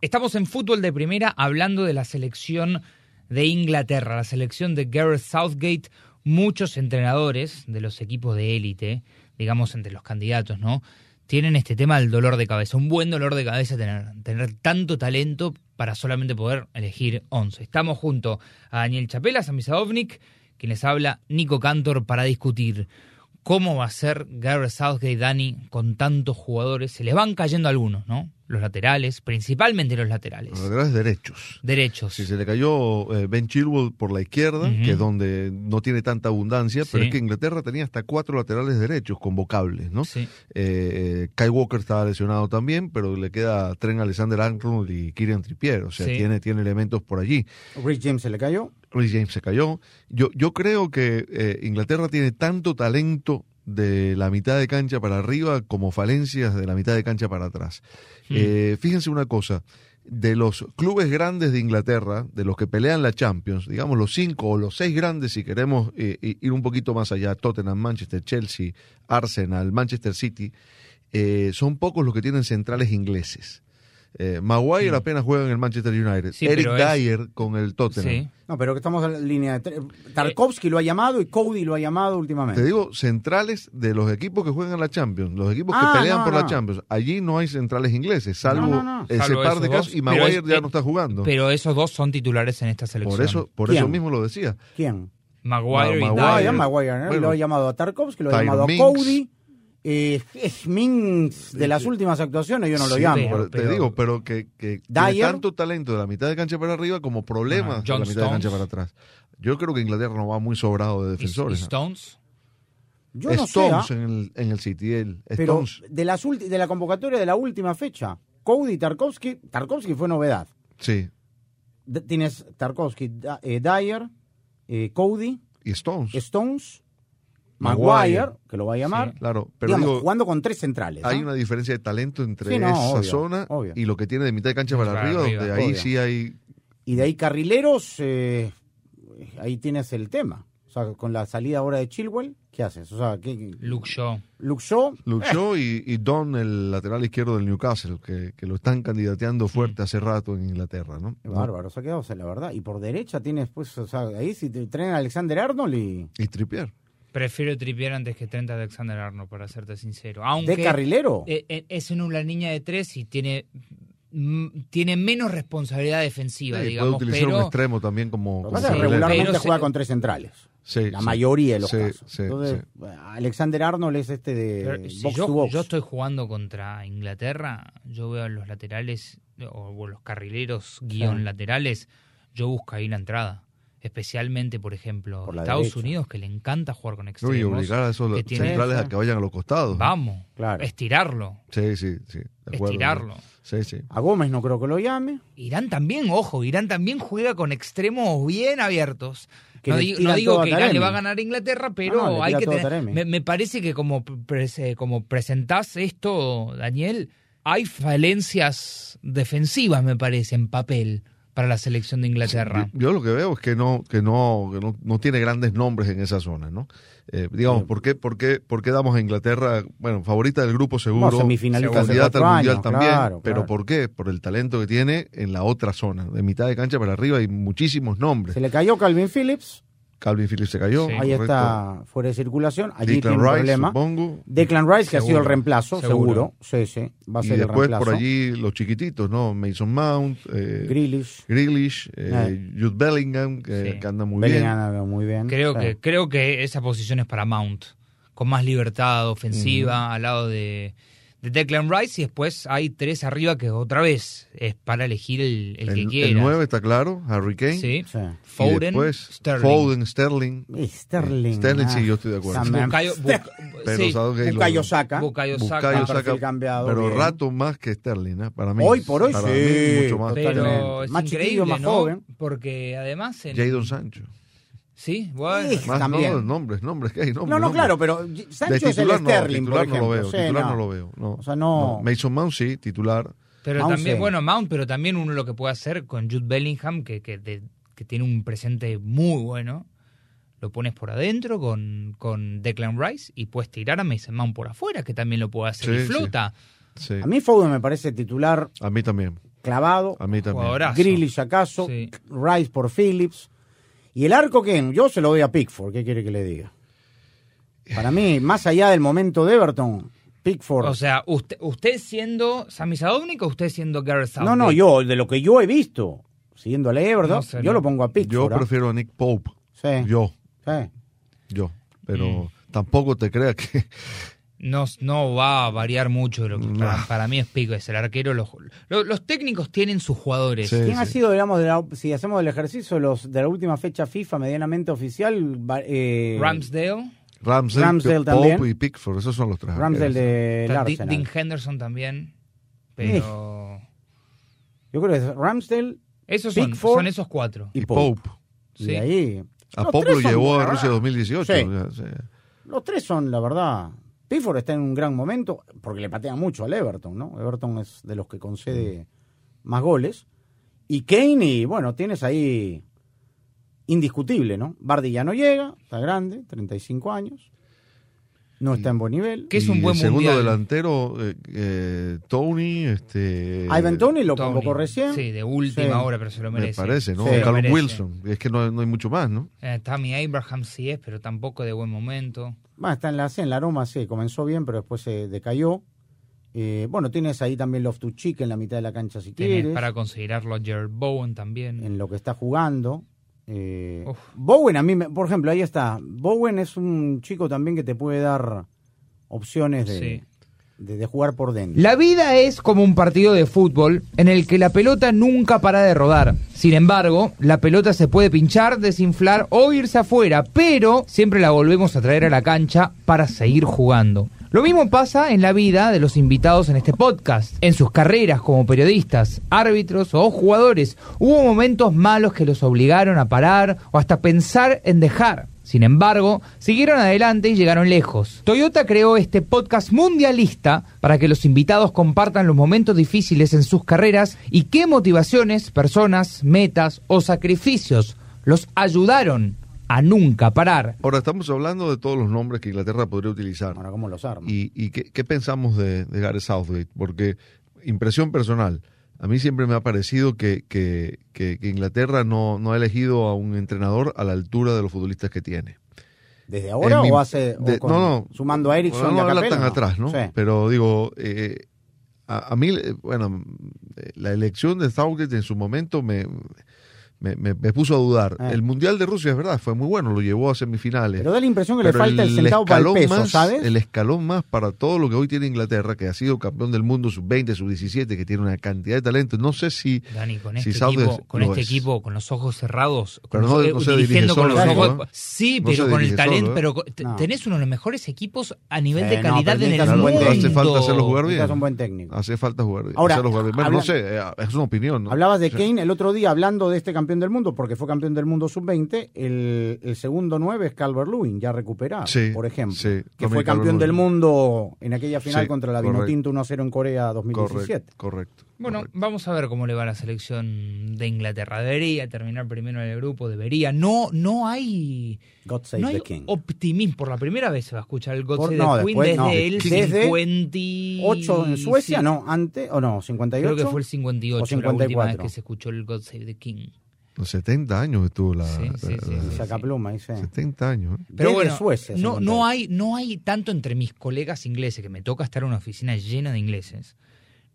Estamos en fútbol de primera hablando de la selección de Inglaterra, la selección de Gareth Southgate. Muchos entrenadores de los equipos de élite, digamos entre los candidatos, ¿no? Tienen este tema del dolor de cabeza, un buen dolor de cabeza tener, tener tanto talento para solamente poder elegir 11. Estamos junto a Daniel Chapela, a Misavovnik, quien les habla Nico Cantor para discutir cómo va a ser Gareth Southgate, Dani, con tantos jugadores. Se les van cayendo algunos, ¿no? Los laterales, principalmente los laterales. Los laterales derechos. Derechos. Si se le cayó eh, Ben Chilwell por la izquierda, Ujú. que es donde no tiene tanta abundancia, pero Sí. es que Inglaterra tenía hasta cuatro laterales derechos convocables, ¿no? Sí. Eh, Kai Walker estaba lesionado también, pero le queda Tren Alexander Arnold y Kieran Trippier, o sea, Sí. tiene, tiene elementos por allí. Rick James se le cayó. Rhys James se cayó. Yo, yo creo que eh, Inglaterra tiene tanto talento de la mitad de cancha para arriba como falencias de la mitad de cancha para atrás. Mm. Eh, fíjense una cosa, de los clubes grandes de Inglaterra, de los que pelean la Champions, digamos los cinco o los seis grandes si queremos eh, i- ir un poquito más allá, Tottenham, Manchester, Chelsea, Arsenal, Manchester City, eh, son pocos los que tienen centrales ingleses. Eh, Maguire Mm. apenas juega en el Manchester United. Sí, Eric pero es- Dyer con el Tottenham. Sí. No, pero que estamos en la línea de tres. Tarkovsky lo ha llamado y Cody lo ha llamado últimamente. Te digo, centrales de los equipos que juegan la Champions, los equipos Ah, que pelean no, por la no. Champions. Allí no hay centrales ingleses, salvo No, no, no. ese Salvo par esos de casos, dos, y pero Maguire es- ya es- no está jugando. Pero esos dos son titulares en esta selección. por eso, por ¿Quién? eso mismo lo decía. ¿Quién? Maguire Ma- y No, Maguire. ya Dyer. Maguire, ¿no? Bueno. lo ha llamado a Tarkovsky, lo ha Tyron llamado Mings. a Cody. Eh, es Mings de las últimas actuaciones yo no lo Sí, llamo. pero te pero- digo, pero que, que tiene Dyer. tanto talento de la mitad de cancha para arriba como problemas Bueno, de la John mitad de cancha para Stones. atrás. Yo creo que Inglaterra no va muy sobrado Y- de y defensores. ¿no? Stones. Yo no sé, Stones ¿ah? en, el, en el City, él. pero Stones. de, las ulti- de la convocatoria de la última fecha, Cody Tarkovsky, Tarkovsky fue novedad. Sí. D- tienes Tarkovsky, Da- eh, Dyer, eh, Cody, Y Stones. Stones, Maguire. Maguire, que lo va a llamar. Sí. Claro. Pero Digamos, digo, jugando con tres centrales. hay ¿ah? una diferencia de talento entre Sí, no, esa obvio, zona obvio. y lo que tiene de mitad de cancha para, Para arriba, arriba, donde ahí obvio. sí hay Y de ahí carrileros, eh, ahí tienes el tema. O sea, con la salida ahora de Chilwell, ¿qué haces? O sea, ¿qué, Luke Shaw. Luke Shaw, Eh. Luchó y, y Don, el lateral izquierdo del Newcastle, que, que lo están candidateando fuerte hace rato en Inglaterra, ¿no? Mm. qué bárbaro, se ha quedado, o sea, la verdad. Y por derecha tienes, pues, o sea, ahí si te traen a Alexander Arnold y... Y Trippier. Prefiero tripiar antes que 30 de Alexander Arnold, para serte sincero. Aunque ¿De carrilero? eh, eh, es en una línea de tres y tiene, mm, tiene menos responsabilidad defensiva, Sí, puede digamos. utilizar pero un extremo también como, Lo que como pasa es que carrilero. regularmente Pero se- juega con tres centrales. Sí, La sí. mayoría de los Sí, casos. sí, Entonces, sí. Alexander Arnold es este Pero de si box yo, to box. yo estoy jugando contra Inglaterra, yo veo a los laterales o, o los carrileros guión laterales, yo busco ahí la entrada. Especialmente, por ejemplo, Por la Estados derecha. Unidos, que le encanta jugar con No, extremos. y obligar a esos que la- tiene- centrales Sí, sí. a que vayan a los costados. Vamos, Claro. estirarlo, Sí, sí, sí. de acuerdo. estirarlo. Sí, sí. A Gómez no creo que lo llame. Irán también, ojo, Irán también juega con extremos bien abiertos. Que no le digo, tiran no digo todo a que Irán le Taremi. Ah, va a ganar a Inglaterra, pero No, no, le hay tira que todo a tener- Taremi. Me, me parece que como, pres- eh, como presentás esto, Daniel, hay falencias defensivas, me parece, en papel para la selección de Inglaterra. Yo, yo lo que veo es que no, que no, que no, no tiene grandes nombres en esa zona, ¿no? Eh, digamos, ¿por qué, por, qué, ¿por qué damos a Inglaterra, bueno, favorita del grupo seguro, Bueno, semifinalista hace candidata al cuatro Mundial años, también, claro, pero claro. ¿por qué? Por el talento que tiene en la otra zona, de mitad de cancha para arriba hay muchísimos nombres. Se le cayó Calvin Phillips. Calvin Phillips se cayó, Sí. Ahí correcto. está fuera de circulación. Allí Declan tiene un Rice, problema. supongo. Declan Rice, que ha sido Seguro, el reemplazo, seguro. seguro. Sí, sí. Va a Y ser el después reemplazo. por allí los chiquititos, ¿no? Mason Mount, eh, Grealish. Grealish, eh, Eh. Jude Bellingham, que, Sí. que anda muy Bellingham anda muy bien. Creo Sí. que, creo que esa posición es para Mount, con más libertad ofensiva al lado de, de Declan Rice y después hay tres arriba que otra vez es para elegir el, el bien. que El, quiera. 9 está claro, Harry Kane. Sí. Sí. Y Foden, después, Sterling. Foden, Sterling. Y Sterling. Sterling, sí, ah, yo estoy de acuerdo. Sam- Bucayo, Bu- Pero sí, Southgate lo- Bukayo Saka. Bukayo Saka, Bukayo Ah, perfil Saka, cambiado, pero bien. rato más que Sterling, ¿eh? para mí. Hoy por hoy Para sí. mí, mucho más. pero Totalmente. es Más increíble, chiquillo, más ¿no? joven. Porque además... en- Jadon Sancho. Sí, bueno. Sí. Más También. no, nombres, nombres que hay. Nombres, No, no, nombres. claro, pero De Sancho es el titular no, Sterling, por titular no ejemplo. lo veo, Sí, titular no. lo veo. No. O sea, no- Mason Mount sí, titular. Pero Mount también, sí. bueno, Mount, pero también uno lo que puede hacer con Jude Bellingham, que, que, de- que tiene un presente muy bueno, lo pones por adentro con, con Declan Rice y puedes tirar a Mason Mount por afuera, que también lo puede hacer. Sí, y sí. flota. Sí. A mí Foden me parece titular A mí también. clavado. A mí también. Jugadorazo. Grealish acaso, Sí. Rice por Phillips. ¿Y el arco quién? Yo se lo doy a Pickford, ¿qué quiere que le diga? Para mí, más allá del momento de Everton, Pickford. O sea, usted, usted siendo Sami Sadovnik o usted siendo Gareth no, Southgate. no, yo, de lo que yo he visto, siguiendo al Everton, No sé, yo no. lo pongo a Yo Pickford. ¿ah? prefiero a Nick Pope. Sí, Yo, sí. yo. Pero Mm. tampoco te creas que. No, no va a variar mucho de lo que No. para, para mí es Pico, es el arquero. Los, lo- los técnicos tienen sus jugadores. Sí, ¿Quién ha sí. sido, digamos, de la- si hacemos el ejercicio los de la última fecha FIFA medianamente oficial? va- eh, Ramsdale, Ramsey, Ramsdale Pope también. y Pickford, esos son los tres. Ramsdale arqueros. del está Di- Arsenal. Dean Henderson también. Pero. Yo creo que es Ramsdale Esos son, Pickford son esos cuatro. y, Y Pope. Pope. Y Sí. de ahí. A Los Pope tres lo son, llevó la a Rusia verdad, 2018. Sí. o sea, sí. Los tres son, la verdad. Pickford está en un gran momento porque le patea mucho al Everton, ¿no? Everton es de los que concede más goles. Y Kane, y bueno, tienes ahí indiscutible, ¿no? Bardi ya no llega, está grande, 35 años. No está en buen nivel. ¿Qué? Que es un Y buen el segundo mundial. delantero, eh, eh, Tony, este. Ah, Ivan Tony lo Tony. convocó recién. Sí, de última Sí. hora, pero se lo Me merece. parece, ¿no? Sí. Carl Merece. Wilson. Es que no, no hay mucho más, ¿no? Eh, Tammy Abraham sí es, pero tampoco de buen momento. Bueno, está en la, sí, en la Roma, sí, comenzó bien, pero después se decayó. Eh, bueno, tienes ahí también Love to Chick en la mitad de la cancha si Tenés quieres, para considerarlo a Jared Bowen también. en lo que está jugando. Eh, Uf. Bowen, a mí, me- por ejemplo, ahí está. Bowen es un chico también que te puede dar opciones de, Sí. de, de jugar por dentro. La vida es como un partido de fútbol en el que la pelota nunca para de rodar. Sin embargo, la pelota se puede pinchar, desinflar o irse afuera, pero siempre la volvemos a traer a la cancha para seguir jugando. Lo mismo pasa en la vida de los invitados en este podcast, en sus carreras como periodistas, árbitros o jugadores. Hubo momentos malos que los obligaron a parar o hasta pensar en dejar. Sin embargo, siguieron adelante y llegaron lejos. Toyota creó este podcast mundialista para que los invitados compartan los momentos difíciles en sus carreras y qué motivaciones, personas, metas o sacrificios los ayudaron a nunca parar. Ahora, estamos hablando de todos los nombres que Inglaterra podría utilizar. Ahora, ¿cómo los arma? ¿Y, y qué, qué pensamos de, de Gareth Southgate? Porque, impresión personal, a mí siempre me ha parecido que, que- que- que Inglaterra no, no ha elegido a un entrenador a la altura de los futbolistas que tiene. ¿Desde ahora En mi- o hace. o de- con- no, no. Sumando a Ericsson no y a habla Capello, tan ¿no? atrás, ¿no? Sí. Pero digo, eh, a, a mí, eh, bueno, eh, la elección de Southgate en su momento me, me, me- me puso a dudar. Ah. El Mundial de Rusia, es verdad, fue muy bueno, lo llevó a semifinales. Pero da la impresión que le Pero falta el, centavo para el peso, más, ¿sabes? El escalón más para todo lo que hoy tiene Inglaterra, que ha sido campeón del mundo sub-20, sub-17, que tiene una cantidad de talento. No sé si... Dani, con Sí, este, Southgate equipo, con, lo este es. equipo, con los ojos cerrados, con Pero los- no- eh, no se dirige dirigiendo con los solo, ojos. ¿no? Sí, No pero se con el dirige talento, solo, ¿eh? pero co- te- No. tenés uno de los mejores equipos a nivel Eh, de no, calidad pero en el necesitas un mundo. buen técnico. Hace falta hacerlo jugar bien. Necesitas un buen técnico. Hace falta jugar bien. Ahora, hacerlo jugar bien. Bueno, habla- no sé, eh, es una opinión. ¿no? Hablabas de Sí. Kane el otro día hablando de este campeón del mundo, porque fue campeón del mundo sub-20. El, el segundo 9 es Calvert Lewin, ya recuperado, Sí, por ejemplo. sí, que Dominic fue campeón Calvert-Lewin. del mundo en aquella final Sí, contra la correcto. Vinotinto 1-0 en Corea 2017. Correcto, correcto. Bueno, correcto. vamos a ver cómo le va a la selección de Inglaterra. Debería terminar primero en el grupo, debería. No, no hay, God save no the hay king. optimismo. Por la primera vez se va a escuchar el God Por- Save no, the Queen después no. desde el Desde 58. 8 en Suecia, no, antes, o no, 58. Creo que fue el 58 o la última vez 54. que se escuchó el God Save the King. Los 70 años estuvo la... Sí, sí, la- sí, la- sí, sí. Sacapluma, dice. 70 años. ¿eh? Pero Desde bueno, Suecia, no, 58. no, hay, no hay tanto entre mis colegas ingleses, que me toca estar en una oficina llena de ingleses,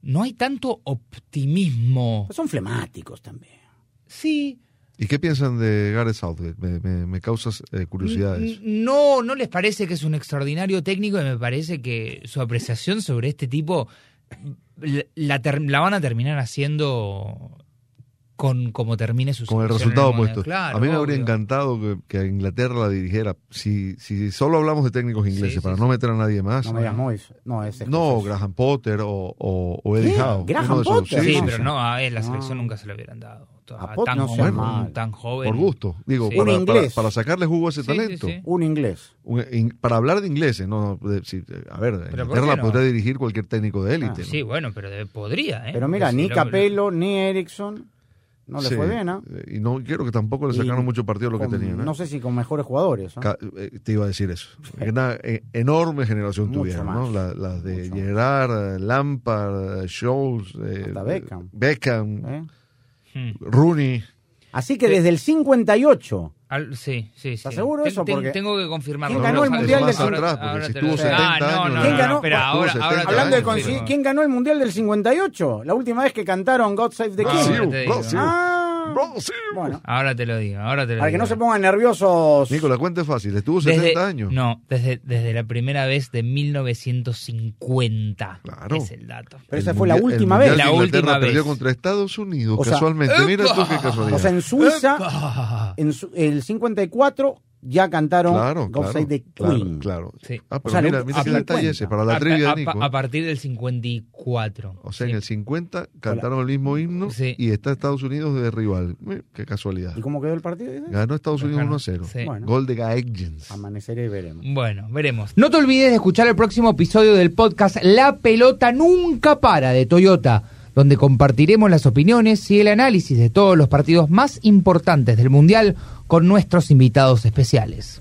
no hay tanto optimismo. Pues son flemáticos también. Sí, ¿Y qué piensan de Gareth Southgate? Me, me- me causas eh, curiosidad n- eso. no, no les parece que es un extraordinario técnico y me parece que su apreciación sobre este tipo la, la ter- la van a terminar haciendo con como termine su Con el selección en resultado Mundial. puesto. Claro, a mí me habría obvio. encantado que, que a Inglaterra la dirigiera. Si, si solo hablamos de técnicos ingleses, sí, para sí. no meter a nadie más. No me digas Moyes. No, ese es Ah, No, escocés. Graham Potter o, o, o Eddie ¿Qué? Howe. ¿Graham uno de esos. Potter? Sí, no, pero sí. no, a él la selección No. nunca se lo hubieran dado. A Pot tan, no sea joven, mal. tan joven. Por gusto, digo, Sí. para, Un para- inglés. para sacarle jugo a ese Sí, sí, talento. sí. Un inglés. Un- in- para hablar de ingleses, no, no, de- sí, eh, a ver, qué Inglaterra la no? podría dirigir cualquier técnico de élite. Ah, ¿no? Sí, bueno, pero de- podría, ¿eh? Pero mira, Porque si ni lo- Capello, ni Ericsson, No le Sí, fue bien, ¿ah? eh, Y no creo que tampoco le sacaron Y mucho partido a lo que Con- tenían. ¿eh? No sé si con mejores jugadores. ¿ah? Ca- eh, Te iba a decir eso. Una eh, enorme generación Mucho tuvieron, más. ¿no? La- Las de Mucho más. Gerard, eh, Lampard, eh, Scholes, eh, Hasta Beckham. Beckham, ¿eh? Hmm. Rooney. Así que desde el 58 Al- sí, sí, sí. ¿Estás seguro de eso? Porque- tengo que confirmarlo. ¿Quién ganó el Ahora- Mundial del ahora- atrás? Porque ahora si te lo tuvo digo. 70 Ah, no, años, no, ¿quién no, ganó? espera, Tuvo ahora, 70 ahora te Hablando años, de confirmo. conseguir, ¿quién ganó el Mundial del 58? La última vez que cantaron God Save the Ah, King. sí. te digo. Brasil, Ah, Brasil. bueno, Ahora te lo digo, ahora te lo para que digo. no se pongan nerviosos. Nico, la cuenta es fácil. Estuvo Desde- 70 años. No, desde, desde la primera vez de 1950. Claro. Es el dato. Pero El esa fue la mundial- el última mundial vez. de La Inglaterra última perdió vez. contra Estados Unidos, O sea- casualmente. Mira tú qué casualidad. O sea, en Suiza, Ah, en su- el 54 ya cantaron claro, God claro, Save the claro, Queen. claro. Sí. Ah, pero sea, mira, lo- mira a qué detalle 50. ese para la a- trivia a- de Nico. ¿eh? a partir del 54. O sea, Sí. en el 50 cantaron el mismo himno Sí. y está Estados Unidos de rival. Mira, Qué casualidad. ¿Y cómo quedó el partido? dice? Ganó Estados Unidos 1 0. Sí. Bueno. Gol de Gaegens. Amaneceré y veremos. Bueno, veremos. No te olvides de escuchar el próximo episodio del podcast La pelota nunca para de Toyota, donde compartiremos las opiniones y el análisis de todos los partidos más importantes del Mundial con nuestros invitados especiales.